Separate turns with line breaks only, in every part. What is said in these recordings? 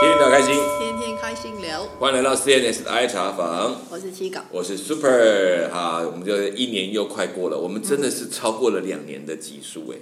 天天聊开心，
天天开心聊，
欢迎来到 CNSI 茶房，
我是七港。
我是 Super 哈，我们就一年又快过了，我们真的是超过了两年的集数哎，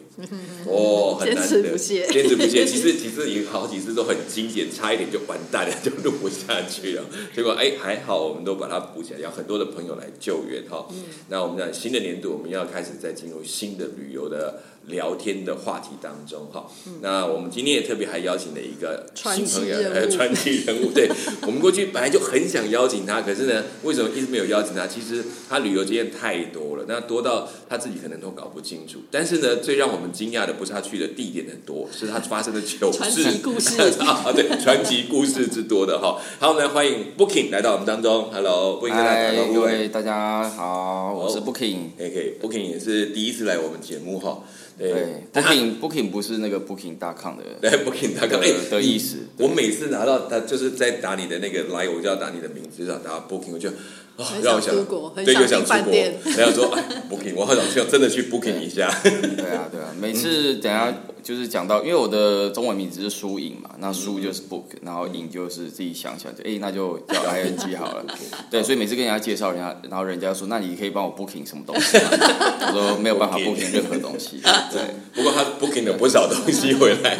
哦，很难
嗯坚
得，
持不懈
坚持不懈。其实其实有好几次都很经典，差一点就完蛋了，就 录不下去了。结果哎还好，我们都把它补起来，有很多的朋友来救援哈。
嗯
那我们讲新的年度，我们要开始再进入新的旅游的。聊天的话题当中哈，那我们今天也特别还邀请了一个
嗯传
新
奇
朋友，
人
呃
物
传奇人物，对 我们过去本来就很想邀请他，可是呢，为什么一直没有邀请他？其实他旅游经验太多了，那多到他自己可能都搞不清楚。但是呢，最让我们惊讶的不是他去的地点很多，是他发生的 糗事、
传奇故事
啊， 对，传奇故事之多的哈。好，我们来欢迎 Booking 来到我们当中，Hello，Booking 跟大家
嗨
打招，呼
各。位哦大家好，我是 Booking。
可以可以，Booking 也是第一次来我们节目哈，
对
但他
，Booking Booking 不是那个 Booking 大抗的
对 Booking 大哥，哎、
的的意思。
我每次拿到他就是在打你的那个来，我就要打你的名字，就要打 Booking，我就啊，
很
让我
想
想
出国很
对，
想
又想
订
出
饭
国
店，
然后说哎 Booking，我好想去，真的去 Booking 一下。
对啊，对啊，每次等一下就是讲到，因为我的中文名字是输赢嘛，那输就是 book，然后赢就是自己想想，就哎，那就叫 ing 好了。对，所以每次跟人家介绍人家，然后人家说，那你可以帮我 booking 什么东西吗？我说没有办法
Booking
booking 任何东西。 对，
不过他 booking 了不少东西回 来。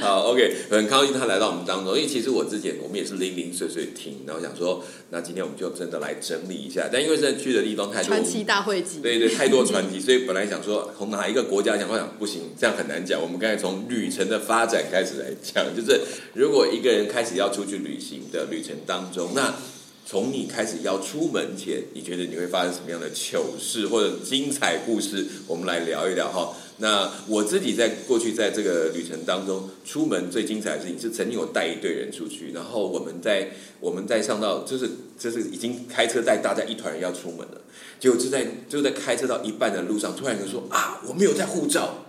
好，OK，很高兴他来到我们当中，因为其实我之前我们也是零零碎碎听，然后想说，那今天我们就真的来整理一下，但因为真的去的地方太多，
传奇大会集，
对对，太多传奇，所以本来想说从哪一个国家讲，我想不行，这样很难讲。我们刚才从旅程的发展开始来讲，就是如果一个人开始要出去旅行的旅程当中，那从你开始要出门前，你觉得你会发生什么样的糗事或者精彩故事？我们来聊一聊哈。那我自己在过去在这个旅程当中，出门最精彩的事情是曾经有带一队人出去，然后我们在我们在上到就是就是已经开车带大家一团人要出门了，结果就在就在开车到一半的路上，突然有人说啊，我没有带护照。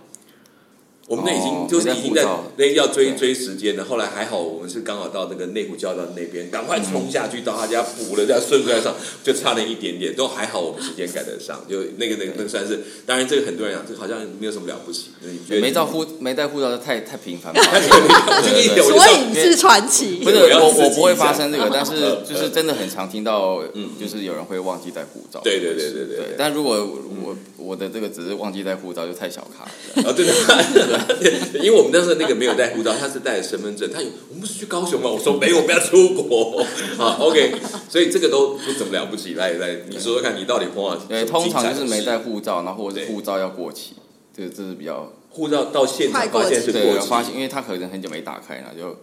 我们那已经、
哦
就是
没带
已经
护
在
照
那要追
对
追时间了。后来还好，我们是刚好到那个内湖交流道那边，赶快冲下去到他家补了，再顺出来上，就差了一点点，都还好，我们时间赶得上。就那个那个那个算是，当然这个很多人讲，这个好像没有什么了不起。你觉得
没带 护没带护照就太太频繁了。
我就跟你讲，我就
所以
上
你是传奇
不。是
我要
我
刺激
我不会
一下
发生这个，但是
嗯
就是真的很常听到
嗯，
就是有人会忘记带护照。
对对对对对嗯
对
对，
但如果我我的这个只是忘记带护照，就太小咖了。
啊，对的，因为我们那时候那个没有带护照，他是带了身份证。他有，我们不是去高雄吗？我说没有，我们要出国。 好，OK，所以这个都不怎么了不起。来来，你说说看，你到底碰到什么
对，
精彩的
通常就是没带
事
护照，然后或者是
对
护照要过期，这这是比较
护照到现场
快过
发
期
现是
对，
过
发
期，
现因为他可能很久没打开了，就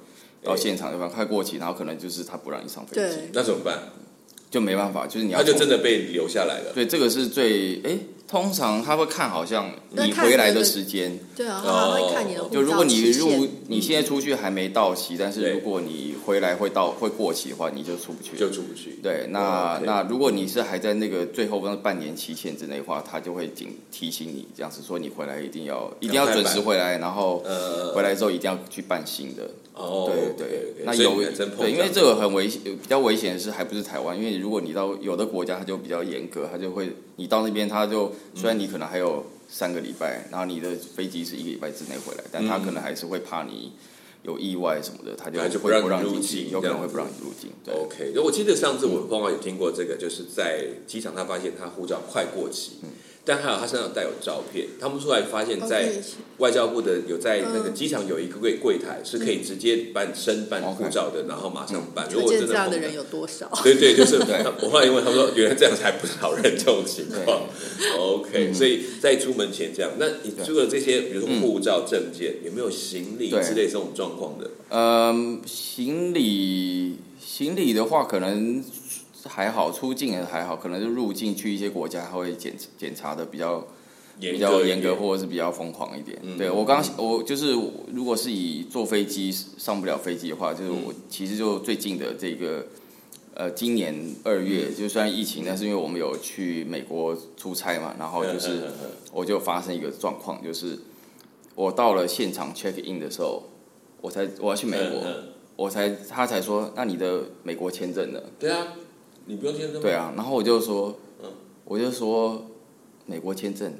到现场就赶快过期，然后可能就是他不让你上飞机，
对，
那怎么办？
就没办法，就是你要
他就
从
真的被留下来了。
对这个是最哎，通常他会看好像
对
你
看
回来
那
的
个
时间。
对啊，他还会看你的护照
就如果你
期限嗯
入你现在出去还没到期，但是
对
如果你回来会到会过期的话，你就出不去。
就出不去。
对，
哦
那
，OK
那如果你是还在那个最后那半年期限之内的话，他就会警提醒你，这样子说你回来一定要一定要
赶快
准
办
时回来，然后
呃，
回来之后一定要去办新的。
哦，
对
对
对，
对，
那
所以
有
你还真碰
对，因为
上
这个很危险，比较危险的是还不是台湾，因为如果你到有的国家，它就比较严格，它就会你到那边，它就虽然你可能还有三个礼拜，然后你的飞机是一个礼拜之内回来，但它可能还是会怕你有意外什么的，它就
它就嗯不
会
让
不让
你入
你
境
进，有可
这
能
样
会
子
不让你入境。对。
OK，那我记得上次
嗯
我刚好有听过这个，就是在机场他发现他护照快过期，
嗯
但还有他身上带有照片，他们后来发现，在
哦
外交部的有在那个
嗯
机场有一个柜柜台是可以直接办申办护照的，然后马上办。
可以
如
可
果
嗯见
真
这
的
样的
碰到
人有多少？
对对，就是
对
我后来问他说，原来这样才不少人这种情况。OK，、所
嗯
以在出门前这样，那你除了这些，比如说护照、证件，有没有行李
对
之类这种状况的？
嗯，行李行李的话，可能还好，出境也还好，可能就入境去一些国家，他会检检查的比较比较
一
严格，
点
或者是比较疯狂一点。
嗯
对我刚我就是，如果是以坐飞机上不了飞机的话，就是
嗯
我其实就最近的这个。呃，今年二月
嗯
就虽然疫情，但是因为我们有去美国出差嘛，然后就
嗯
是
嗯嗯嗯
我就发生一个状况，就是我到了现场 check in 的时候，我才我要去美国，
嗯嗯
我才他才说，那你的美国签证呢？
对啊，你不用签证吗
对啊，然后我就说，
嗯
我就说美国签证，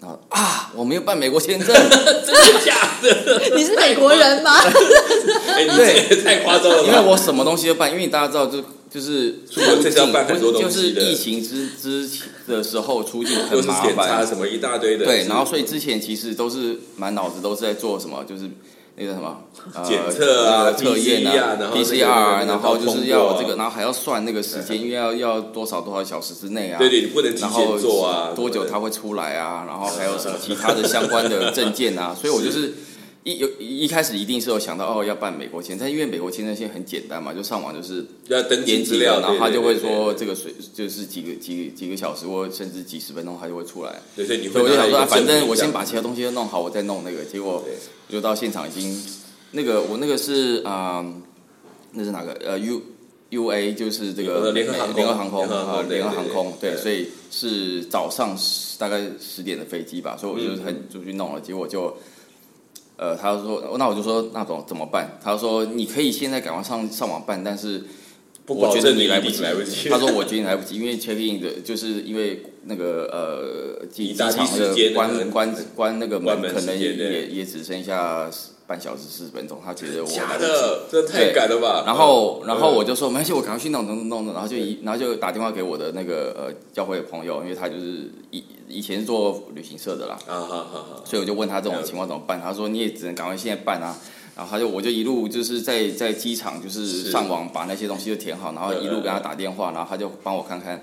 然后 啊，我没有办美国签证，
真的假的？
你是美国人吗？
哎、哎，你这也太夸张了
因为
吧？
我什么东西都办，因为大家知道就，就是
出国这是要办很多东西
就是
的
疫情之之前的时候出境
又
很
是
麻
检查
烦，
什么一大堆的，
对，
是
然后所以之前其实都是满脑子都是在做什么，就是那个什么呃
检测啊
测验
PCR 啊然后那个
PCR，啊
那个
然后就是
通
要
过啊
这个，然后还要算那个时 间，因为要要多少多少小时之内啊，
对对，你不能提
然后
前做啊，
多久
什
它
么
会出来啊？然后还有什么其他的相关的证件啊？所以我就是一有一开始一定是有想到哦要办美国签证，但因为美国签证现在很简单嘛，就上网就是
的要登
点
记
几
资
个，
料，
然后他
对
就会，
对对
说
对
这个水就是几个几个几个小时或甚至几十分钟，它就会出来。
对，所以你
所
会
以我就想说，啊
拿到一
反
个证
正
明
我先
这样
把其他东西都弄好，我再弄那个。结果
对
我就到现场已经那个我那个是啊、那是哪个呃 U。U A 就是这个
联合航空
联合航空
联合航空
呃
对
联合航空，
对
对，
对
所以是早上十大概十点的飞机
嗯
吧，所以我就是很就去弄了，结果就，呃，他就说，那我就说那怎么怎么办？他说你可以现在赶快上上网办，但是
不
我
保
觉得
证
你
你
来
来
不
不
及
及，来不及。
他说我决定来不及，因为 check in 的，就是因为那个呃机
你
机
搭
场
机
的
时间那个
关关关那个
关
门，
门
可能
时间对
也也只剩下半小时四十分钟，他觉得我 来
假
不及。
的，这太赶了吧？
然后，
嗯
然后我就说没关系，我赶快去弄弄弄弄，然后就一，然后就打电话给我的那个呃教会的朋友，因为他就是以以前是做旅行社的啦，
啊，好好好，
所以我就问他这种
了解
情况怎么办，他说你也只能赶快现在办啊。然后他就我就一路就是在在机场就是
是呃
上网把那些东西就填好，然后一路给他打电话，然后他就帮我看看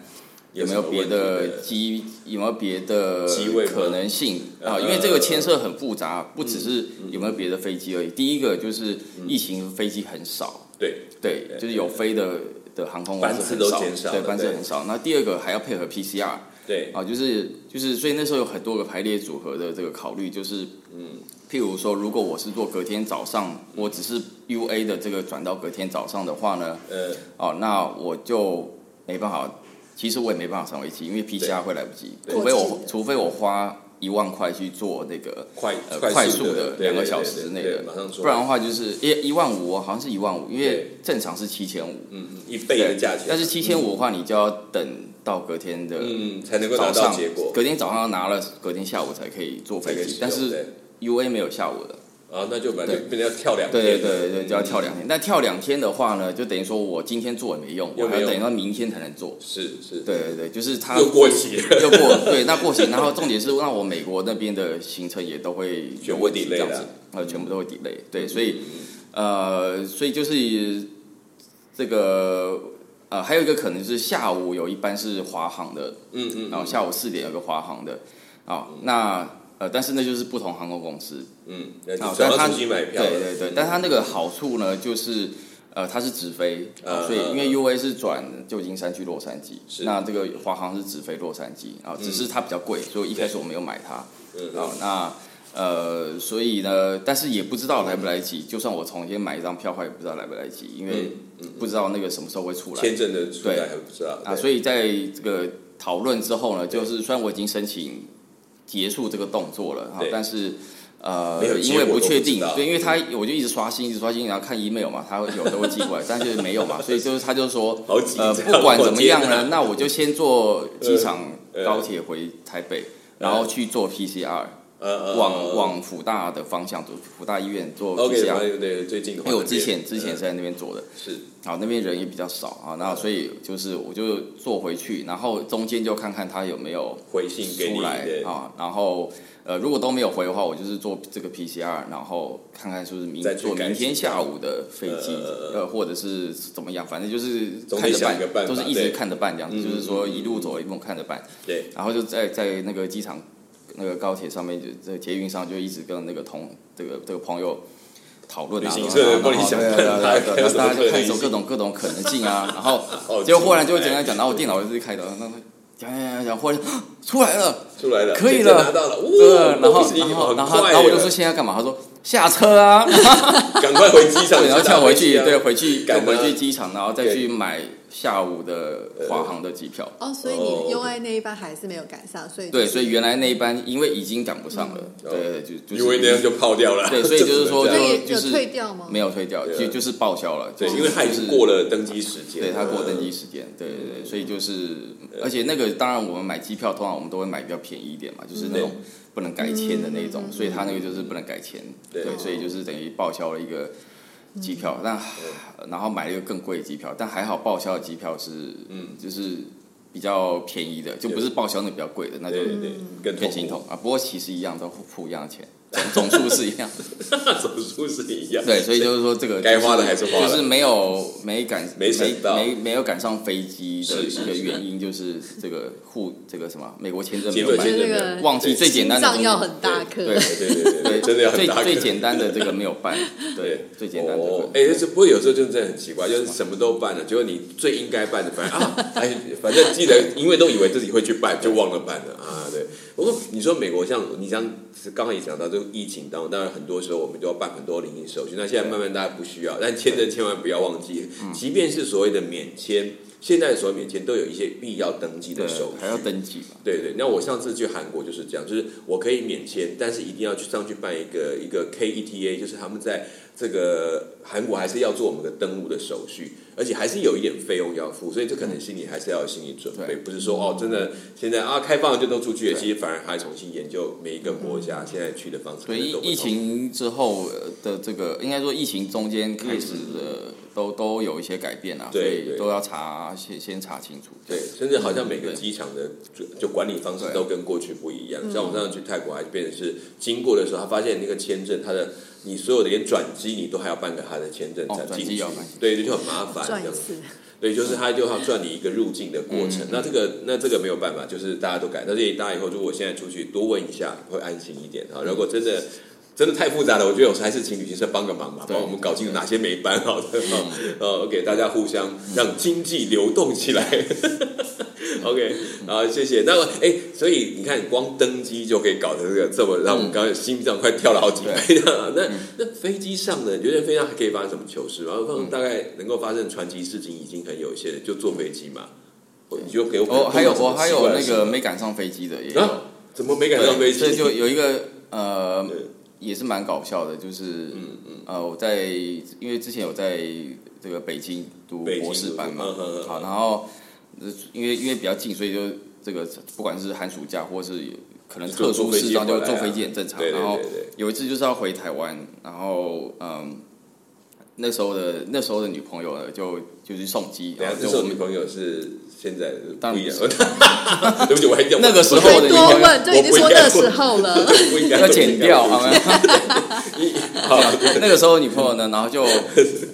有没有
什么
别
问题
的机有没有别的
机位吗
可能性
呃嗯
啊？因为这个牵涉很复杂，不只是有没有别的飞机而已。第一个就是疫情飞机很少，
对，
对，就是有飞的的航空公司
班次
很
都
少，
减少
对，
了
班次
对
很少。那第二个还要配合 PCR，
对
啊，就是就是，所以那时候有很多个排列组合的这个考虑，就是嗯，譬如说，如果我是做隔天早上，我只是 U A 的这个转到隔天早上的话呢，
呃，
哦，那我就没办法，其实我也没办法上飞机，因为 P C R 会来不及，
对
除非
过
我
期的
除非我花一万块去做那个。
快
呃，
快
快速
的
的
对
两个
对
小
对
时之
对
内
对
的
马上，做，
不然的话就是一一万五哦，好像是一万五，因为
对
正常是七千五，
嗯嗯一倍
对
的价钱，
但是七千五的话，你就要等到隔天的
嗯才能够
早
拿到
上
结果，
隔天早上拿了，隔天下午才可以坐
才可
飞
以
机
使，
但
用对
是 U A 没有下午的，
啊，那就本来就
对
变成要跳两
对
天，
对对对，
嗯
就要跳两天。但跳两天的话呢，就等于说我今天做也没用，
又
我
没
还要
用
等到明天才能做。
是是，
对对对，就是它
又过期了，
又过对，那过期，然后重点是，那我美国那边的行程也都会
全
有
部
问题
delay
这样
了嗯
子，呃，全部都会 delay。对，所以呃，所以就是这个呃，还有一个可能是下午有一班是华航的，
嗯嗯
然后下午四点有个华航的，啊，那呃，但是那就是不同航空公司，
嗯，那
啊
你，
但
总
它
要重新买票了，
对对对
嗯，
但它那个好处呢，就是呃，它是直飞，啊
嗯
所以
嗯
因为 U A 是转旧金山去洛杉矶，
是
那这个华航是直飞洛杉矶啊，只是它比较贵，所以一开始我没有买它
嗯
啊，那。呃，所以呢，但是也不知道来不来得及。就算我重新买一张票，话也不知道来不来得及，因为不知道那个什么时候会出
嗯
来。
签证的出来
对
还不知道
啊，所
以
以在这个讨论之后呢，就是虽然我已经申请结束这个动作了哈
对，
但是呃
没有，结
因
果
为确定
都不知道，
对，因为他我就一直刷新，一直刷新，然后看 email 嘛，他有都会寄 过来，但是没有嘛，所以就是他就说，
好紧张
呃，不管怎么样
我天
呢
哪，
那我就先坐机场
呃呃
高铁回台北，然后去做 PCR，
呃
往往辅大的方向，走，辅大医院做
OK，
PCR，
对对，最近的话
因为我
那
之
边
前之前
呃
是在那边做的。
是
好，那边人也比较少啊，
嗯
那所以就是我就坐回去，然后中间就看看他有没有
回信给你
出来
对
啊，然后呃如果都没有回的话，我就是做这个 PCR，然后看看是不是明
再去
坐
改
明天
行
下午的飞机，
呃
呃或者是怎么样，反正就是
总得
看着
想一个
办，
办
都
法
是一
对
直看着办这样子，
嗯
就是说
嗯
一路走一路看着办，
对，
然后就在在那个机场那个高铁上面，就在捷运上就一直跟那个同这个这个朋友讨论啊，
旅行
然后
社
然后
帮你想
对啊
办
对啊
法
对啊对啊
还有什么
大家就
可
探
能
索
性
各种各种可能性啊，然
好
后结果忽然就会
奇
简
怪
单讲，然后我电脑就是开的，那讲讲讲讲，忽然就啊出 来了，
出来了，
可以
签证
了
拿到了，
对，
哇，
然后
恭喜
然后
很
然后
快啊
然后我就
耶
说现在干嘛？他说下车啊，
赶快回机场，
对，然后跳回去，
啊
对，，回去
赶
赶
啊
回去机场，然后再去买下午的华航的机票。
哦，所以
哦
你 U I 那一班还是没有赶上，所以
对，所以原来那一班因为已经赶不上了，
嗯
对，就就是
因为那 样就泡掉了。
对所以就是说
这只
所
能这样
以
就
有
是
退掉吗？
没有退掉，
对啊
就就是报销了。
对，
就是
因为他已经过，了登机时
就
间，
是对他过登机时间，对对对，所以就是，而且那个当然我们买机票通常我们都会买比较便宜一点嘛，就是那种不
嗯
能改签的那种，所以他那个就是不能改签，
对
对，所以就是等于报销了一个。机
嗯
票，但然后买了一个更贵的机票，但还好报销的机票是，嗯，就是比较便宜的，就不是报销那比较贵的，那就
对对对，更
偏心 痛啊。不过其实一样，都付一样的钱，总总数是一样的。
手术是一样，
对，所以就是说这个
该花的还是花了
就是没有没赶
没省到
没没有赶上飞机的
是是
一个原因，就是这个护这个什么美国签证没
结
有
论
买
结
就
论
那个
忘记最简单的东
上
西
要很大颗
对，
对对对对，真的要很
最
大个
最简单的这个没有 办，
对
对，最简单的
哦
这，
哎、
个。
这不过有时候就真的很奇怪，就是什么都办了，结果你最应该办的，反正啊，哎，反正记得，因为都以为自己会去办，就忘了办了啊。对，不过你说美国像你像刚刚也讲到，这个疫情当中，当然很多时候我们都要办很多灵异手续，那现在慢慢大家不需要，但签证千万不要忘记，
嗯
即便是所谓的免签，现在所谓免签都有一些必要登记的
对
手续，
还要登记嘛？
对对，那我上次去韩国就是这样，就是我可以免签，但是一定要去上去办一个一个 KETA，就是他们在这个韩国还是要做我们的登录的手续，而且还是有一点费用要付，所以这可能心里还是要有心理准备，
嗯对
不是说哦真的现在啊开放了就都出去了，
对
其实反而还重新研究每一个国家现在去的方式。
所以
可能都不同
疫情之后的这个，应该说疫情中间开始的都都有一些改变啊，
嗯
所
对
以
对
都要查先先查清楚。
对，甚至好像每个
对
机场的就就管理方式
对
都跟过去不一
嗯
样。像我上次去泰国，还变成是经过的时候，他发现那个签证，他的你所有的连转机你都还要办个他的签证
哦
才
转
进
机
去
要办，
对对，就很麻烦。这
转一
样子
次，
对，就是他就要赚你一个入境的过
嗯
程。那这个那这个没有办法，就是大家都改。但是大家以后如果现在出去多问一下，会安心一点
嗯
啊。如果真的真的太复杂了，我觉得我还是请旅行社帮个忙吧，哦
对嗯
帮我们搞清楚哪些没搬好的。好呃，OK，大家互相让经济流动起来。OK，啊， 谢谢。那么，哎，所以你看，光登机就可以搞成这个这么，让我
嗯
们刚刚心脏快跳了好几倍了。 那那飞机上呢？你觉得飞机上还可以发生什么糗事吗？然
嗯
后大概能够发生传奇事情已经很有限了，就坐飞机嘛。我你就给我
哦，还有我还有
碰到
那个
什么奇怪的事
没赶上飞机的也有，
啊，怎么 没赶上飞机？
这就有一个呃
对，
也是蛮搞笑的，就是
嗯嗯，
呃，我在因为之前有在这个北京读
北京
博士班嘛
读嗯嗯，嗯
好，然后呃因为因为比较近，所以就这个不管是寒暑假或是有可能特殊事项，
就
就
坐
坐
飞
飞
机
机
回来啊
很正常。
对对对
然后
对
有一次就是要回台湾，然后嗯，那时候的那时候的女朋友呢，就就去送机，
等
然
一下，这
后就
时
我
候女
们
朋友是现在
当
不
然
一样。 对不起，我还讲
那个时候
我
再
的女
多
朋友
问，就已经
我
说
不应该
那时候了。
不应该
要剪掉
不应该
啊。没有
好，
那个时候女朋友呢，然后就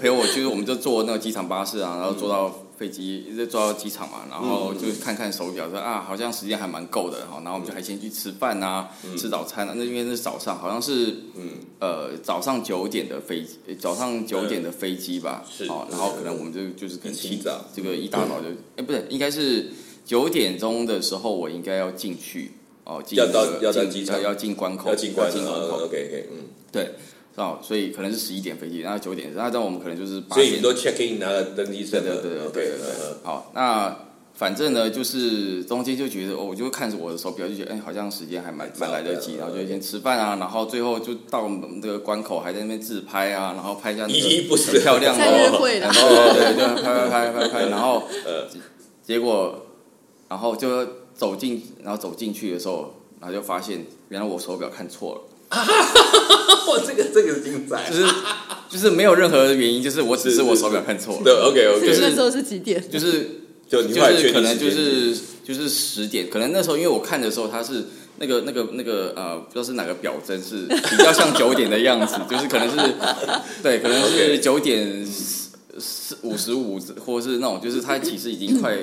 陪我，就是我们就坐那个机场巴士啊，然后坐到飞机，就坐到机场嘛，然后就看看手表，说啊，好像时间还蛮够的哈，然后我们就还先去吃饭啊，吃早餐啊，那因为那是早上，好像是
嗯，
呃早上九点的飞机，呃早上九点的飞机吧，
嗯是
哦，然后可能我们就就是可能
一起早
这个一大早就，哎，不对，应该是九点钟的时候，我应该要进去哦，进
要
那
到
个
要到
进
机场
要进关口，
要进关了
进关
啊
口。
，OK OK，嗯。
对，哦，所以可能是十一点飞机，然后九点，那这样我们可能就是八
所以
点。
你都 check in 拿了登机证
对对
了，
对对
OK，
对对
嗯
对。好，那反正呢，就是中间就觉得，哦我就看着我的手表，就觉得，哎，好像时间还蛮蛮来得及，然后就先吃饭啊，然后最后就到我们这个关口，还在那边自拍啊，然后拍一下那
依依
个
不舍
很漂亮的
在日 会啦
然后对对，就拍拍拍拍拍，然后
呃
结果，然后就走进，然后走进去的时候，然后就发现，原来我手表看错了。
哇，哦这个这个精彩
就，是就是没有任何原因，就是我只是我手表看错了，
对，OK OK，
就是
那时候是几点？
就是
就你
就
后来
是
确定
可能就
时间
是就是十点，可能那时候因为我看的时候它是。那个、那个、那个，呃，不知道是哪个表针是比较像九点的样子，就是可能是，对，可能
OK
是九点四五十五，或是那种，就是它其实已经快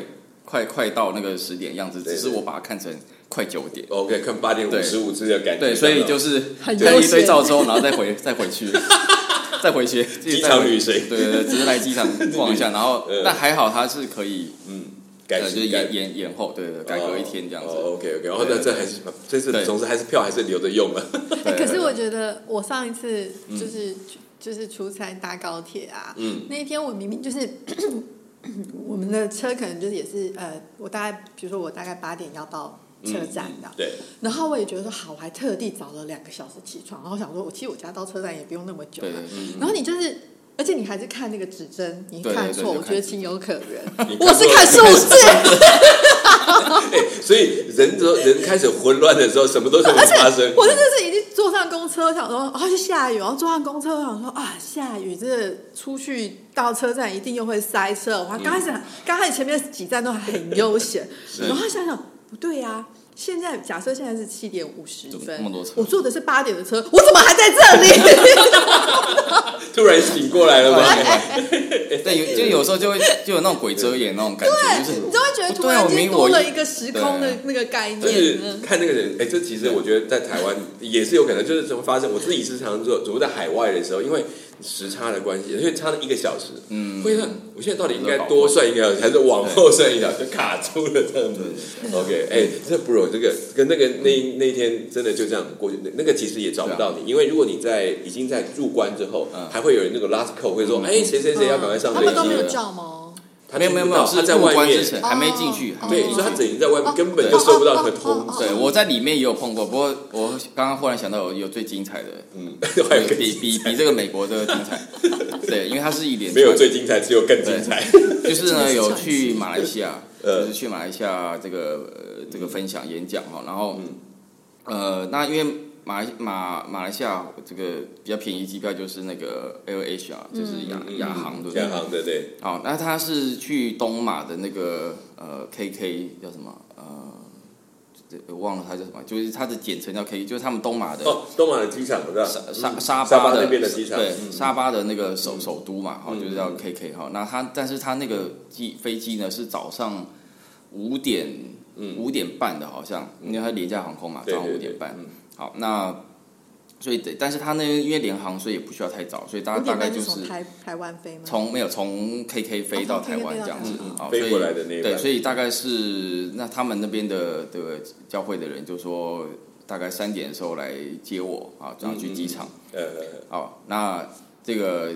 快快到那个十点样子，
对
只是我把它看成快九点，
OK，看八点五十五之类的感觉，啊
对，所以就是是
很
拍
悠
一堆
闲
照之后，然后再回再回去，再回去
机场旅行，
对对对，只是 来机场逛一下，然后
呃
但还好它是可以，
改
呃，就是
改
延延延后，对对，对改革一天这样子。
OK OK，哦，那这还是这次
对
总之还是票还是留着用啊了，
对
哎，可是我
对
觉得我上一次就是就是出差搭高铁啊，
嗯
那一天我明明就是 我们的车可能就是也是呃，我大概比如说我大概八点要到车站
嗯
的，
对，
然后我也觉得说好，我还特地早了两个小时起床，然后想说我其实我家到车站也不用那么久
对嗯
嘛
对，对
然后你就是。而且你还是看那个指针，你
对对
看
对
错，
就
我
看
觉得
指
情有可原
你看。
我是
错
看数字，
所以人都人开始混乱的时候，什么都是会
而且
发生。
我真的是已经坐上公车，想说啊下雨，然后坐上公车，我想说啊下雨，真的出去到车站一定又会塞车。我
嗯
还刚开始、刚开始前面几站都很悠 闲，然后想想不对呀、现在假设现在是七点五十
怎么
分
那么多车，
我坐的是八点的车，我怎么还在这里？
突然醒过来了吗？哎
对，有就有时候就会就有那种鬼遮眼那种感觉，就是
你就会觉得
不
突
对啊
然
我明
间
明
多
我
了
一
一个时空的
对
那个概念。
就是
嗯
看那个人，哎、这其实我觉得在台湾也是有可能，就是怎么发生。我自己是常做，主要在海外的时候，因为时差的关系，因为差了一个小时，嗯，会让我现在到底应该多算一个小时，还是往后算一个小时，就卡住了这样子。OK，哎、这不容易，这个跟那个那那一天真的就这样过去，那那个其实也找不到你，因为如果你在已经在入关之后，
嗯
还会有人那个 last call 会说，
嗯
哎、谁谁谁要赶快上
他
飞
们都没
机，
有叫吗？
他
没有没有没有，
他
是
在
入
外
关
面
之。前还没进去，还没
对，
进
所以他
去。
整个在外面
哦
根本
对
就收不到那个
哦哦
通
哦哦
知。
对，我在里面也有碰过，不过我刚刚忽然想到有有最精彩的，
嗯，还有更
比比比这个美国这个精 彩，对，因为它是一连
没有
串的
最精彩，只有更精彩。
就是呢，有去马来西亚，
呃
就是去马来西亚这个呃这个分享演讲哈，然
嗯
后呃，那因为马来马马来西亚这个比较便宜机票就是那个 L H 啊，就是亚亚航对不
嗯
对
亚？航对对，
好，那他是去东马的那个呃 KK 叫什么呃，这我忘了他叫什么，就是它的简称叫 KK，就是他们东马的
哦，东马的机场我知道，
沙
嗯
沙
沙
巴
那边的机场，
对
嗯
沙巴的那个首首都嘛，哈，就是叫 KK 哈。那它但是它那个机飞机呢是早上五点五点半的，好像因为它廉价航空嘛，
嗯对
早上
对
五
对
点半
嗯。
好，那所以得，但是它那因为联航，所以也不需要太早，所以大
五
啊家大
点
概
半
就
就是从台台湾飞吗？
从没有从 KK 飞到台湾这样子嗯
哦
嗯
从 KK 飞到台湾，
好
飞过
所以
来的那一
对，
班嗯
所以大概是那他们那边的的教会的人就说，大概三点的时候来接我啊，然后去机场。
呃，
好，哦那这个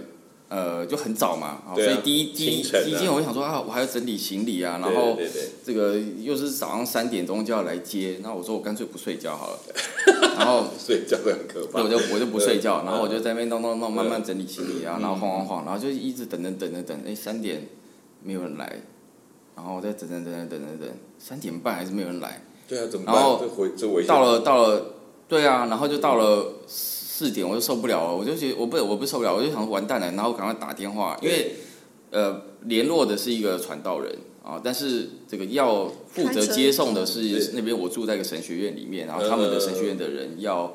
呃就很早嘛，好，所
对啊
以第一第一
清晨啊
第一天我就想说啊，我还要整理行李啊，然后
对对对，
这个又是早上三点钟就要来接，那我说我干脆不睡 觉好了，然后
对所以叫的很可怕。
我就我就不睡觉，
嗯
然后我就在那边弄弄弄，慢慢整理行李啊，然后晃晃晃，然后就一直等等等等等，哎，三点没有人来，然后我再等等等等等等等，三点半还是没有人来，
对啊，怎么办？
然后
这回这危险
到了到了，对啊，然后就到了四点，我就受不了了，我就觉得我不我不受不了，我就想说完蛋了，然后赶快打电话，因为呃联络的是一个传道人啊，但是这个要负责接送的
开
是
车呃
那边我住在一个神学院里面，然后他们的神学院的人要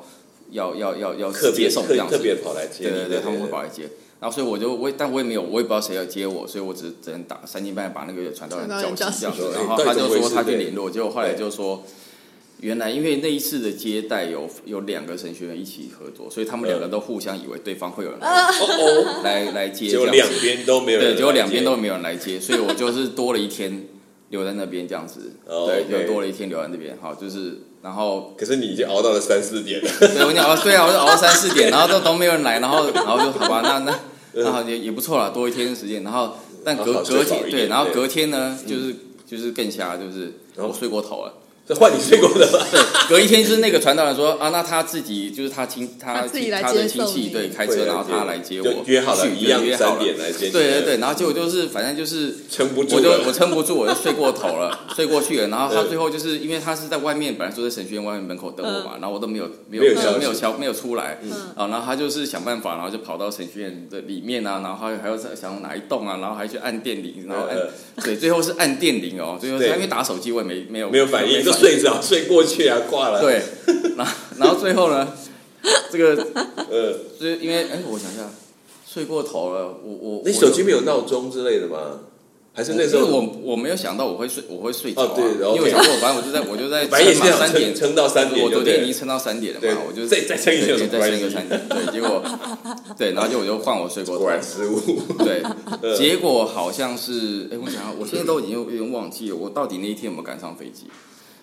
要要要要
特别
接送这样
特特，
子
别跑来接
对
你，
对对，他们会跑来接。然后，所以我就我也，但我也没有，我也不知道谁要接我，所以我只只能打三更半夜把那个传道人
传道人
叫
叫
醒这样
醒
子。
对
然后
到
他
底怎
就
么回
说
事
他去
对
联络，结果后来就说，原来因为那一次的接待有有两个程序员一起合作，所以他们两
嗯
个都互相以为对方会有人来
哦哦，
来 来接
结
这
果
样
两
子，
边都没有人来接，
对，结果两边都没有人来接，所以我就是多了一天留在那边这样 子，
哦
对，
OK
就多了一天留在那边，好，就是然后
可是你已经熬到了三四点了，
对，我讲哦，对啊，我就熬到三四点，然后都都没有人来，然后然后就好吧，那 那那好也也不错啦，多一天时间。然后但
嗯好
隔
好
隔
睡饱
天
一
对，
点
然后
对嗯哦
隔天呢，就是就是更瞎，就是我睡过头了。
这换你睡过的吧？
隔一天就是那个传道人说啊，那他自己就是他亲他
他自己来
他的
接
亲
送
戚
你
对开车，然后他来接我
就，约好了
去
一样
对约好
三
了
点嗯来接
对
你，
对对，然后结果就是反正就是。
撑不住
我就
了
我撑不住，我就睡过头 了，睡过去了。然后他最后就是因为他是在外面，本来说在神学院外面门口等我嘛，然后我都没有没有
没有
没
消息嗯
有没有敲没有出来，啊，然后他就是想办法，然后就跑到神学院的里面啊，然后还还要想哪一栋啊，然后还去按电铃，然后按
呃呃
对，最后是按电铃哦，最后是
对
因为打手机我也没没有
没有反应，就睡着睡过去啊，挂了。，
对，然后然后最后呢，这个
呃，
就是因为哎，我想一下，睡过头了，我我
你
我
手机没有闹钟之类的吗？还是那时候
因为我我没有想到我会睡，我会睡着、啊
哦对
因
然后
为我想说，反正我就在我 就在
白夜
撑
这
嘛
样
三点
撑，撑到三点
我
就
昨
对
天
了，
已经撑到三点了
对
嘛，我就
再再撑一点有什
对
么
再撑一个
关
三点，对，结 果对，然后就我就换我睡过头
果，然嗯失误。
对，结果好像是，哎，我想想，我现在都已经有点忘记了，我到底那一天有没有赶上飞机？对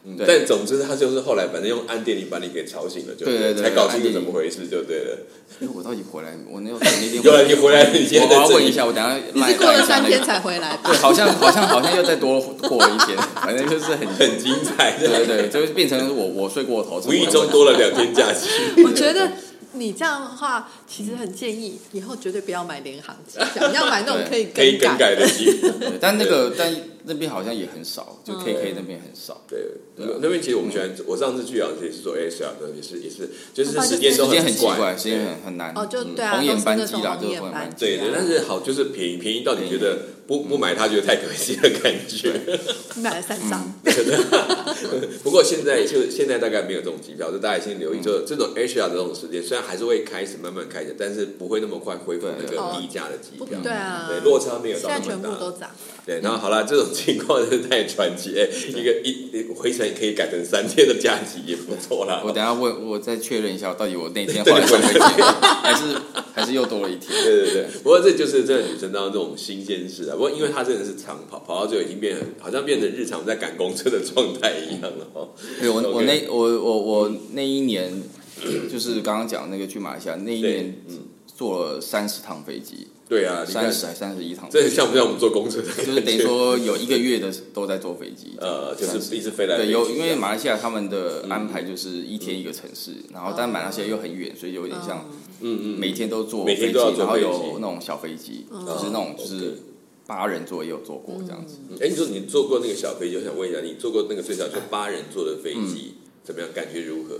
嗯但总之，他就是后来反正用按电铃把你给吵醒了，就
对对对
才搞清楚怎么回事就对了。
哎，我到底回来没？我那我 那天
有了，你回来，你今天
我我
在
要
这
问一
里，
下，我等一下
你
赖
是过
赖
了
一下
三
那
天
个
才回来吧？
对，好像好像好像又再多过了一天，反正就是很。
很精彩，
对对对，就是变成我我睡过头，
无意中多了两天假 期。
我觉得你这样的话，其实很建议 以后绝对不要买联航机票，你要买那种可以
可以更
改。
改的机，
对，但那个但那边好像也很
嗯
少，就 KK 那边很少，
对，
对啊
那边其实我们喜欢，我上次去啊也是做 ASR 的，也是也是，就是
哦
时间都
时间很
很
奇怪，
怪，
时间很很难。嗯
哦，就对啊，
红眼班
都是
机
那
啦，
种
就
红
是
眼
班
班
机。
对对，但是好就是便宜便宜到你觉得不不买它觉得太可惜的感觉。
你买了三 张，
嗯
不过现在就现在大概没有这种机票，就大家先留意，
嗯
就这种 HR 的这种时间，虽然还是会开始慢慢开始，但是不会那么快恢复
对
那
对
个低价的机
啊不
嗯
票。
对啊
对，落差没有
现
到
在
那
全部
么
都
大。
涨。
对，然后好了，这种情况真是太传奇，哎，一个一一回程可以改成三天的假期也不错啦。
我等一下问，我再确认一下，到底我那天花了多少钱，还是还是又多了一天？
对对对，不过这就是这女生当中这种新鲜事啊。不过因为她真的是长跑，跑到最后已经变成好像变成日常在赶公车的状态一样了哦。
对我
OK
我那我我我那一年就是刚刚讲那个去马来西亚那一
对
年，坐了三十趟飞机，
对啊，你看
三十还三十一趟，
这像不像我们坐公车的感觉？
就是等于说有一个月的都在坐飞机。
呃，就是一直飞来飞
对，
去
有因为马来西亚他们的安排就是一天一个城市，然后但马来西亚又很远，所以有点像
嗯嗯，
每天都坐
每
飞
天
机，
都要坐
然后
飞机哦
有那种小飞机，就是那种就是八人座也有坐过这样子。
哎，你说你坐过那个小飞机，我想问一下，你坐过那个最小就八人坐的飞机
嗯
怎么样？感觉如何？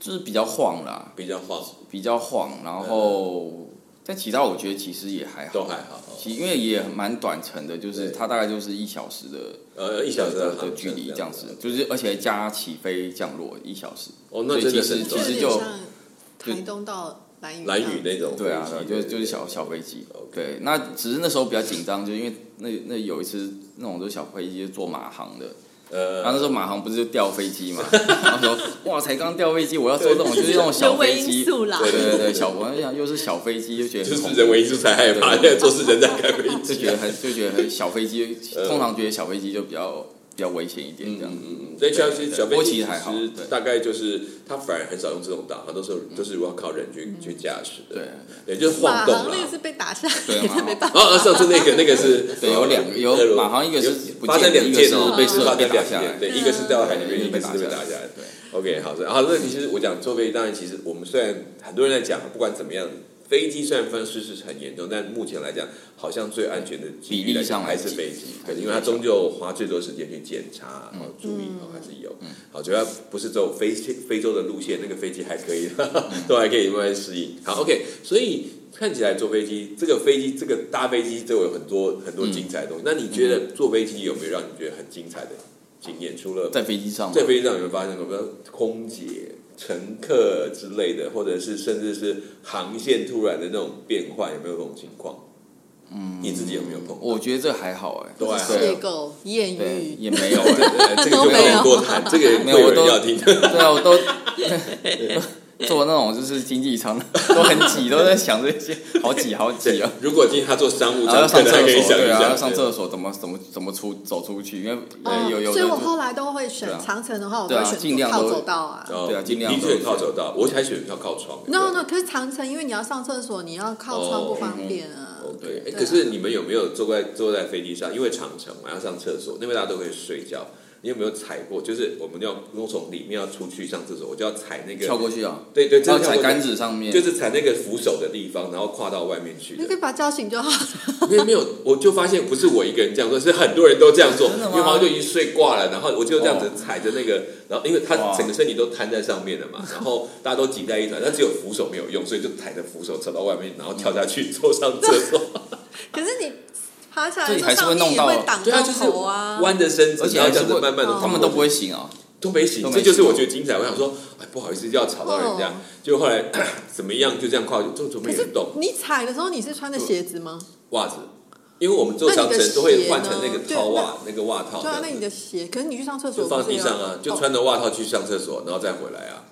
就是比较晃啦，
比较晃，
比较晃，然
嗯
后但其他我觉得其实也还
都
好，
还好哦。
其因为也蛮短程的，就是
对
它大概就是一小时的
呃，一小时航
的的
程
距离这样子，就是而且加起飞降落一小时，
哦，那真的
所以
很
其
短
实。
有
就
点像台东到蓝屿，
蓝雨那种飞机，
对啊，对啊就是就是小小飞机
OK。
对，那只是那时候比较紧张，就因为那那有一次那种就是小飞机是坐马航的，
呃
然后那时候马航不是就掉飞 机嘛，然后说哇才刚掉飞机，我要坐这种就是那种小
人为
飞
因
机，
素啦。
对对对，小我想又是小飞机就觉 得
就
很
是
恐
人
怖。
为因素才害怕，现在都是人在开飞
就
机啊
觉。得很就觉得很小飞机，
呃
通常觉得小飞机就比较比较危险一点这样。
嗯嗯，所以小飞
对
小飞
波
机
奇
其
还好
实
对嗯
大概就是它反而很少用自动导航，都是都是如果靠人去去驾驶的，
对
对，就是
嗯马
晃动
航
啦
那。个是 被打下
对
来，
马
他
航
没办法。
哦，哦上次那个那个是，
对，有两个有
呃
马航一个是不
发生
见，
两
一个
件
是
哦
被射
发
被
生
打
两
下嗯来
件，。对，一个是掉到海里面，
对
一个是被打下来。
对，
OK，好的。然后那其实我讲坐飞机，当然其实我们虽然很多人在讲，不管怎么样，飞机虽然分失事很严重，但目前来讲，好像最安全的机遇来讲
比例上
还
来
是
讲
飞机，对，因为它终究花最多时间去检查、
嗯
然后注意，哦然后还是有。好，主要不是走非非洲的路线，那个飞机还可以，
嗯
都还可以慢慢适应。好，OK，所以。看起来坐飞机，这个飞机，这个搭飞机都有很多很
嗯
多精彩的东西。那你觉得坐飞机有没有让你觉得很精彩的经验？除了
在飞机上嘛
在飞机上有没有发生过，比如说空姐、乘客之类的，或者是甚至是航线突然的那种变换，有没有这种情况？嗯，你自己有没有碰过？
我觉得这还好哎，
都还好
邂逅、艳
对，
遇，
也没有哎，
呃这个就
都
不
没有
能多谈，这个
没有
会
我
人
都
要听。
对啊，我都 坐那种就是经济舱都很挤，都在想这些，好挤好
对
挤啊。，
如果今天他坐商务
然后
舱，可能
要上厕
还可以
所，
想一
对啊，
想
要上厕所，怎么怎么怎么出走出去？因为
哦
呃，有有
所以
的
我
就
后来都会选
对啊
长城的话，我
对啊
会选
尽量
靠
都
走道啊。
哦
对啊尽量
你
都
选靠走道，我才选靠靠窗。
no no，可是长城，因为你要上厕所，你要靠
哦
窗
嗯
不方便啊。
OK，哎，
对啊
可是你们有没有坐在坐在飞机上？因为长城嘛，要上厕所，那边大家都会睡觉。你有没有踩过？就是我们要如果从里面要出去上厕所，我就要踩那个
跳过去啊，
对对，
然
就
后
是
踩杆子上面，
就是踩那个扶手的地方，然后跨到外面去
你
的
可以把它叫醒就好了。
没有没有，我就发现不是我一个人这样做，是很多人都这样做。
真的吗
因为好像就已经睡挂了，然后我就这样子踩着那个，然后因为他
哇
整个身体都瘫在上面了嘛，然后大家都挤在一团，但只有扶手没有用，所以就踩着扶手走到外面，然后跳下去坐上厕 所。
可是你爬起来
这
的
里
时候，
还是会
上面
弄
也
到
会挡
对啊，
到
就是
头啊。
弯着身子，
而且
然后
还
这
是
样子
会
慢
哦
慢的，
他们都不会醒啊。
都没醒
都，没
这
醒
就是我觉得精彩。我想说，哎，不好意思，就要吵到人
哦
家，就后来 怎么样，就这样跨，就准
可
备
是
动。
你踩的时候，你是穿的鞋子吗？
袜子，因为我们做长
那你的
城
鞋
都会换成那个
呢
套袜，那个袜套
对啊，那你
的，
的鞋，可是你去上厕所
就放地上啊，
不是有
就穿着袜套去上厕所，然后再回来啊。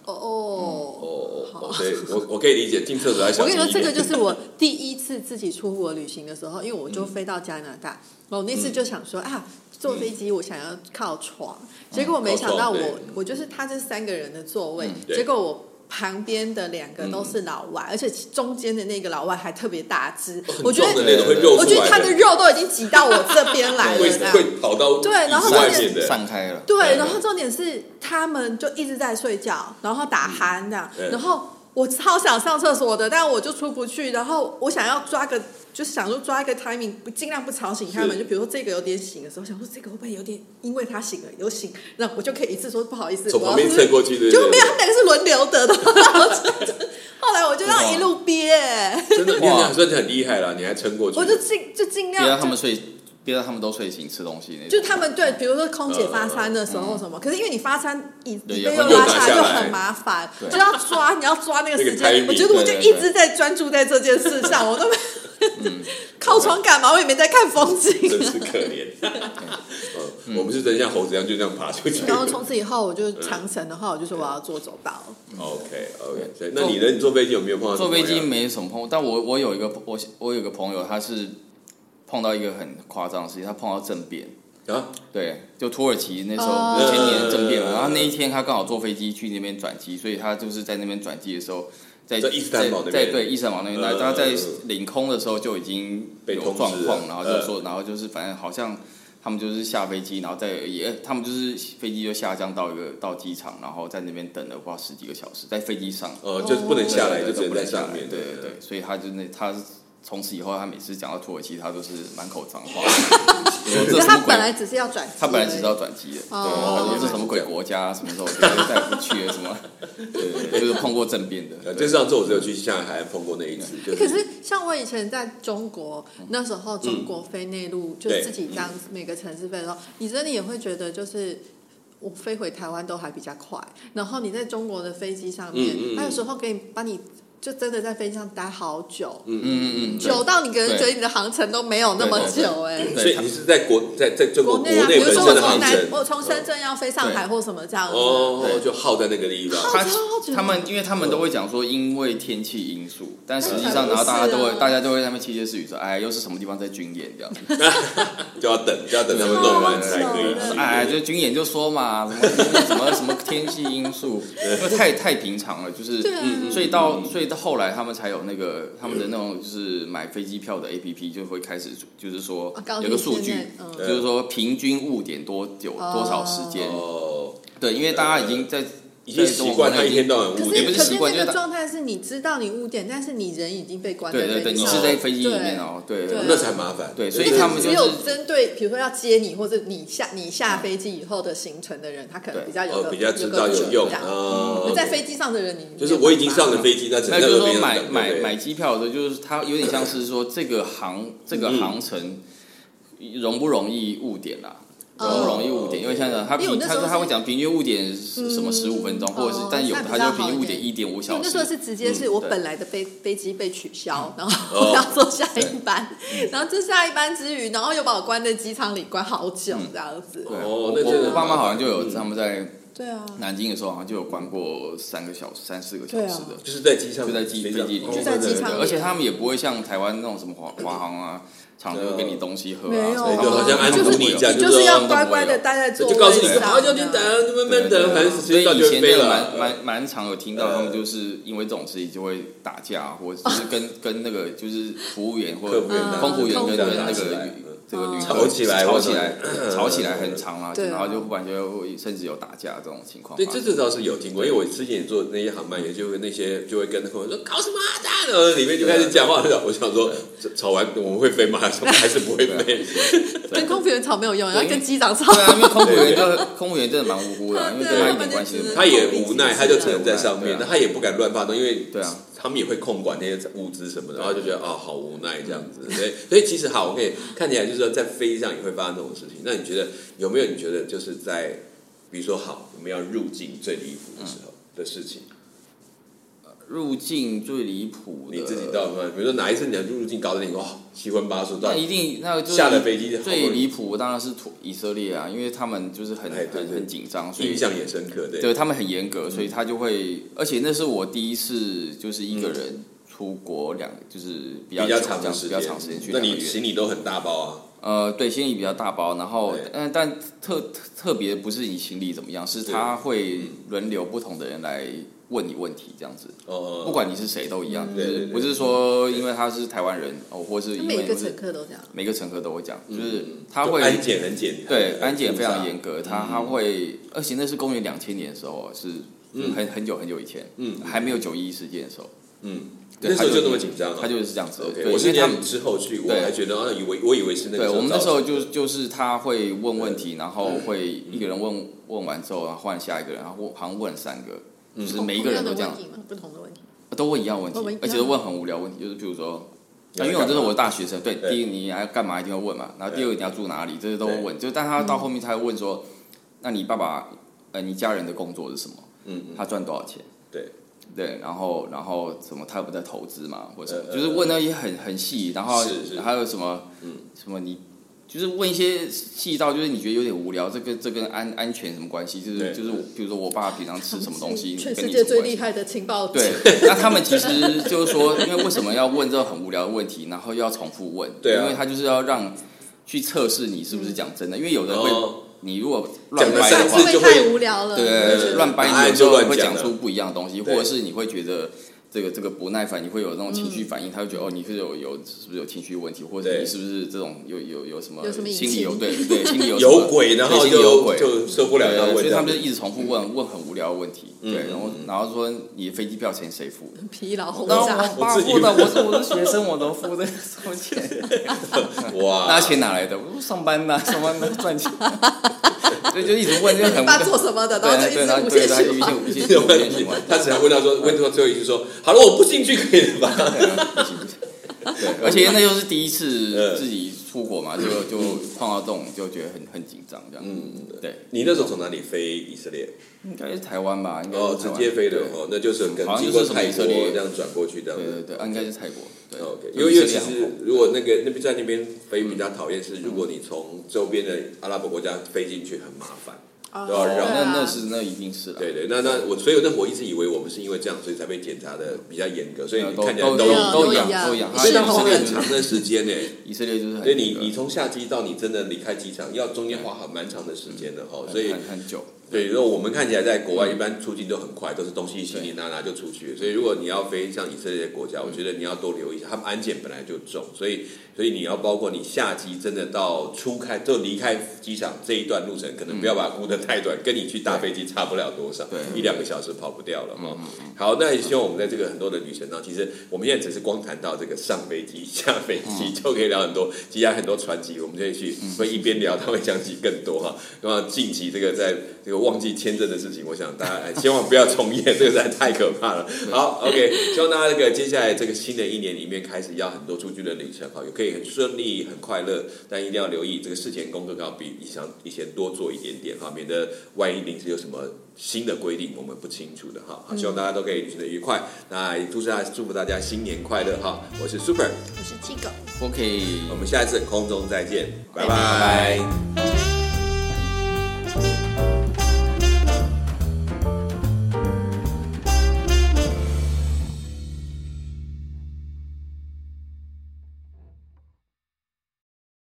哦
哦哦。
哦哦，所以我我可以理解进厕所要
我
小
跟
心
你说，
一
这个
点。
就是我第一次自己出国旅行的时候，因为我
嗯
就飞到加拿大，我那次就想说啊，坐飞机我想要靠床，结果我没想
嗯
到
靠
我
床嗯
我就是他这三个人的座位，
对嗯
结果我。旁边的两个都是老外，而且中间的那个老外还特别大只，我觉
撞哦的
得
那种会 肉
我
出
觉得
来
他的肉都已经挤到我这边来了，
会
这样
会跑到
对然后
椅子外
重点
面的，
散开了，
对
对，然后重点是他们就一直在睡觉，然后打鼾这样，
嗯
然后我超想上厕所的，但我就出不去。然后我想要抓个，就是想说抓一个 timing，不尽量不吵醒他们。
是
就比如说这个有点醒的时候，想说这个会不会有点，因为他醒了有醒，那我就可以一次说不好意思，
从旁
我要
边
是
蹭过去，对不
就没
对？
有，他们两个是轮流得的。然后就后来我就让一路憋，
真的，你也 算是很厉害了，你还撑过去。
我就尽就尽
别让
量
他
就
们睡，别让他们都睡醒吃东西那种。
就他们对，比如说空姐发餐的时候什么，可是因为你发餐椅子
嗯对
被
也
又拉
会
又拿
下来就
下来
很麻烦，
对
就要抓，你要抓那个时
那个
间。
timing，
我觉得我就
对对嗯
一直在专注在这件事上，我都 没 靠窗干嘛？我也没在看风景
真
啊。
是可怜。 嗯，我们是真像猴子一样就这样爬出去。
然后 从此以后，我就长城的话，我就说我要做走道。
OK OK，所以哦那你呢？你坐飞机有没有碰到什
嗯坐
么
飞
样？
机没什么碰，但我我有一个我我有个朋友，他是碰到一个很夸张的事情，他碰到政变。
啊？
对，就土耳其那时
哦
候五千年政变嘛，
呃
然后那一天他刚好坐飞机去那边转机，所以他就是在那边转机的时候，在
在伊斯坦堡那边
在对伊斯坦堡那边，
呃
他在领空的时候就已经
被
有
通知
状
了
况，然后就
呃
说，然后就是反正好像他们就是下飞机，然后再也他们就是飞机就下降到一个到机场，然后在那边等了不知道十几个小时，在飞机上
哦，就是不能下来，就
对
只能
都不
在
能下
上
来
面。
对对对，所以他就那他从此以后，他每次讲到土耳其，他都是满口脏 话。我说这
可
什
他
么鬼
本来只是要转机而已，
他本来只知道转机的，对，
哦
他说这什么鬼国家，什么时候再不去了，什么，对对，对就是碰过政变的，
呃，就上次我只有去上海碰过那一
哎
次，就
可是像我以前在中国
嗯
那时候，中国飞内陆、就是
对
自己当每个城市飞的时候，你真的也会觉得就是。我飞回台湾都还比较快，然后你在中国的飞机上面，
嗯嗯嗯
他有时候给你把你就真的在飞机上待好久，
嗯嗯嗯，对
久到你可能
对
觉得你的航程都没有那么久哎、
对
所以你是在国在在中国
国内啊，比
内
如
本
说
身
我
的
从
航
南
程，，
我从深圳要飞上海或什么这样子，啊
哦，就耗在那个地方。
他
超久
他们因为他们都会讲说因为天气因素，但实际上然后大家
那才
都
不是啊
会大家都会在那边窃窃私语说，哎，又是什么地方在军演这样，
就要等，就要等他们弄完才可以
对
去。
哎，就军演就说嘛，什么什么什么天气因素，因为太太平常了，就是
对啊嗯
所以到所以到后来他们才有那个他们的那种就是买飞机票的 A P P 就会开始就是说
啊告诉
有个数
你现
据
在，嗯
就是说平均误点多久
哦
多少时间，
哦，
对，因为大家已经在
已经习惯他一天到晚
可
五
是
点
也不
可
是
是
习惯
那
就是
个
他
状态是你知道你误点，但是你人已经被关在
对对对，
飞机
你
上
是在飞机里
对
面哦，对
对
那才麻烦。
对所以他们
只
就
有
是
针对，比如说要接你，或者你下你下飞机以后的行程的人，他可能
对
比较有
哦
个
比较知道有用
这样
哦
那。在飞机上的人，你
就是我已经上了
机，
飞机，那只
那
能在
就是
飞机
说
上
买
等
买
对不对
买机票的时候，就是它有点像是说这个 航这
嗯
个航程容不容易误点啦、
哦
容不容易误点？因为像他
因为我
平
那时
他
候
说他
是嗯
会讲平均误点是什么十五分钟，或者是
哦
但有
那比
他
较
就平
好一
均误
点
点一点五
因为
小
那
时
时候。是直接是
嗯
我
对
本来的飞飞机被取
嗯
消，然后
哦
我要坐下一班， 然后坐下一班之余，然后又把我关在机场里关好久这样子。
对，
哦
我
那真的嗯
我爸妈好像就有他们在
对啊，
南京的时候，好像就有关过三个小时、三四个小
对啊
时的。
就是在机上，哦
就在机
飞
飞
机
机里面，
就在机
对对
场
对
里
而且他们也不会像台湾那种什么华华航啊，常常就给你东西喝啊，
没有
所以
啊，
就好像安
就是
抚你一下
你就
就是是
要
说
乖乖的待在座位
就
上，
告诉你说，
这样
啊，就你等，就慢慢等，反正时
所
间
以
到就
以
会
前
飞
真的
了。
蛮蛮蛮常有听到他们就是因为这种事情就会打架啊，或者就是跟跟那个就是服务员或者
客服员打
空服员
空服员
跟跟那
打起来
个
嗯
这个旅客
吵起来
吵
或者
起来吵起来很长啊，
对啊
然后就忽然就会甚至有打架这种情况
对，
发生。
这这倒是有听过，因为我之前也做那些航班，也就会那些就会跟客户说搞什么啊蛋，然后里面就开始讲话了。我想说，这吵完我们会飞吗？还是不会
啊
飞？
跟空服员吵没有用，要
对因为
跟机长吵。
对啊，因为空服员就空服员真的蛮无辜的啊，因为跟他一点关系都没有。
他也无奈，他就只能在上
对
面
啊，
那他也不敢乱发动，因为
对啊，嗯
他们也会控管那些物资什么的，然后就觉得啊、好无奈这样子。所以，所以其实好，我可以看起来就是说，在飞机上也会发生这种事情。那你觉得有没有？你觉得就是在比如说好，我们要入境最离谱的时
嗯
候的事情，
入境最离谱的，
你自己到底有没有比如说哪一次你要入境搞得你哇七荤八素，到
那一定，那就是
下了飞机好不容易
最离谱，当然是土以色列啊，因为他们就是很
哎对
很
对
很紧张，所以
印象也深刻，对。
对他们很严格，所以他就会，而且那是我第一次就是一个人出国两，就是比较
比较
久
长
这
的
样
时
比
间，
较长时间去
那
两个
你
月。
行李都很大包啊，
呃，对，行李比较大包，然后
对
但但特特特别不是你行李怎么样，是
对
他会轮流不同的人来问你问题这样子。
哦、
不管你是谁都一样，就
对对
是
对
不是说因为他是台湾人哦，或是因
每一
为
个
不是
乘客都这样，
每个乘客都会讲，就是
嗯
他
就
会
安检很简单，
对，
很
安检非
复杂嗯
常严格，他他会，而且那是公元两千年的时候，是嗯，很很久很久以前，
嗯
还没有九一一事件的时候，
嗯，
对
那时候
他
就那么紧张、哦，
他就是这样子的。
OK，
对，
我
因
是
为他
他
们
们之后去，我
对
还觉得啊，以为我以为是那个
对我们那时
造
候
成
就就是他会问问题，然后
嗯
会一个人问问完之后，然后换下一个人，然后问好像问三个，
嗯
就是每一个人都这样
哦同，样的问题吗不同的问题。
都问一样问题
都问一，样
而且都问很无聊问题，就是比如说。
要
因
来
为我真的
干嘛
我大学生，对，
对
第一你还要干嘛一定要问嘛，然后第二个你要住哪里，这些都会问。就但他到后面他会问说，那你爸爸，呃，你家人的工作是什么？
嗯嗯
他赚多少钱？
对
对，然后然后什么他有没有在投资嘛，或者什么
呃
就是问那些很很细，然后
是是
还有什么
嗯
什么你就是问一些细到就是你觉得有点无聊，这跟这跟安安全什么关系？就
对
是就是我比如说我爸平常吃什么东西，
全
跟
世
你有
界
什么
最
关系
厉害的情报
对，那他们其实就是说，因为为什么要问这种很无聊的问题，然后又要重复问？
对啊
因为他就是要让去测试你是不是讲真的，因为有的人会，
哦
你如果
讲
乱
了
掰
三
的
次
话，
会
就
太
会
无聊了。
对，乱
答
掰
案
你有时候
就乱
会
讲
讲
了
出不一样的东西，或
对
者是你会觉得。这个这个不耐烦，你会有那种情绪反应，他会觉得哦，你是有有是不是有情绪问题，或者
对
你是不是这种有有有什么
有什么隐
心理
情
有对对心理有什么
有鬼，然后
对心理有
就
鬼
就受不了要
对
问
所以
这
他
样
们就
子，
一直重复问问很无聊的问题，对，
嗯
然后然后说你飞机票钱谁付？
疲劳轰
然后
炸，
我爸
我自己
付的，我是我是学生，我都付的什么 钱？那
哇，
钱哪来的？ 我说上班呐、上班呐、赚钱。所以就一直问，就 很
你爸做什么的，然后就
对
一
对，然后
直无
对啊
限
他就
循
无
环
限。无限
这个
无
问
限
题
循环，，
他只要问到 说，问到最后一句说，好了，我不进去可以了吧？
对啊不行不行。对，而且那又是第一
嗯
次自己出国嘛，就就碰到这种，就觉得很很紧张这样。
嗯，
对，
你那时候从哪里飞以色列？
应该是台湾吧，应该
哦，
是
直
台湾
接飞的
对
哦，那就是跟
好像
经
就
过
是什么
泰
以
国
色列
这样转过去这样
对对
子。
对，啊应该是泰国。对
OK，因
就
为因
是
为
以色
其
列航嗯
实
空
如果那个那边在那边飞比较讨厌是，如果你从周边的阿拉伯国家飞进去很麻烦。
啊
对啊
对啊
那那是那一定是了。
对对，那那我所以那我一直以为我们是因为这样，所以才被检查的比较严格，所以你
都
看起来
都
啊都
一
有
样都
都一
一样
样都一样，
所以那
他
花
以色列
很
就是
长的时间呢、欸，
以色列就是很
所以你
那个
你从下机到你真的离开机场，要中间花很蛮长的时间的哈。
很
所以
很很久，
对，如果我们看起来在国外一般出境都很快，都是东西行李拿拿就出去。所以如果你要飞像以色列的国家，我觉得你要多留意一下，他们安检本来就重，所以所以你要包括你下机真的到出开就离开机场这一段路程，可能不要把它估得太短，跟你去搭飞机差不了多少，
对嗯
一两个小时跑不掉了哈。好，那也希望我们在这个很多的旅程上，其实我们现在只是光谈到这个上飞机、 下飞机，就可以聊很多，其实还有很多传奇，我们可以去会一边聊，他会讲起更多哈。那么近期这个在这个忘记签证的事情，我想大家哎千万不要重演， 这个实在太可怕了。好，OK，希望大家这个接下来这个新的一年里面开始要很多出去的旅程哈，也可以很顺利、很快乐，但一定要留意这个事前工作要比以前以前多做一点点哈，免得万一临时有什么新的规定我们不清楚的哈。好，希望大家都可以旅行的愉快，那也祝大家祝福大家新年快乐哈！我是 Super，
我是 Tigo。
我可以
我们下一次空中再见，拜
拜
拜
拜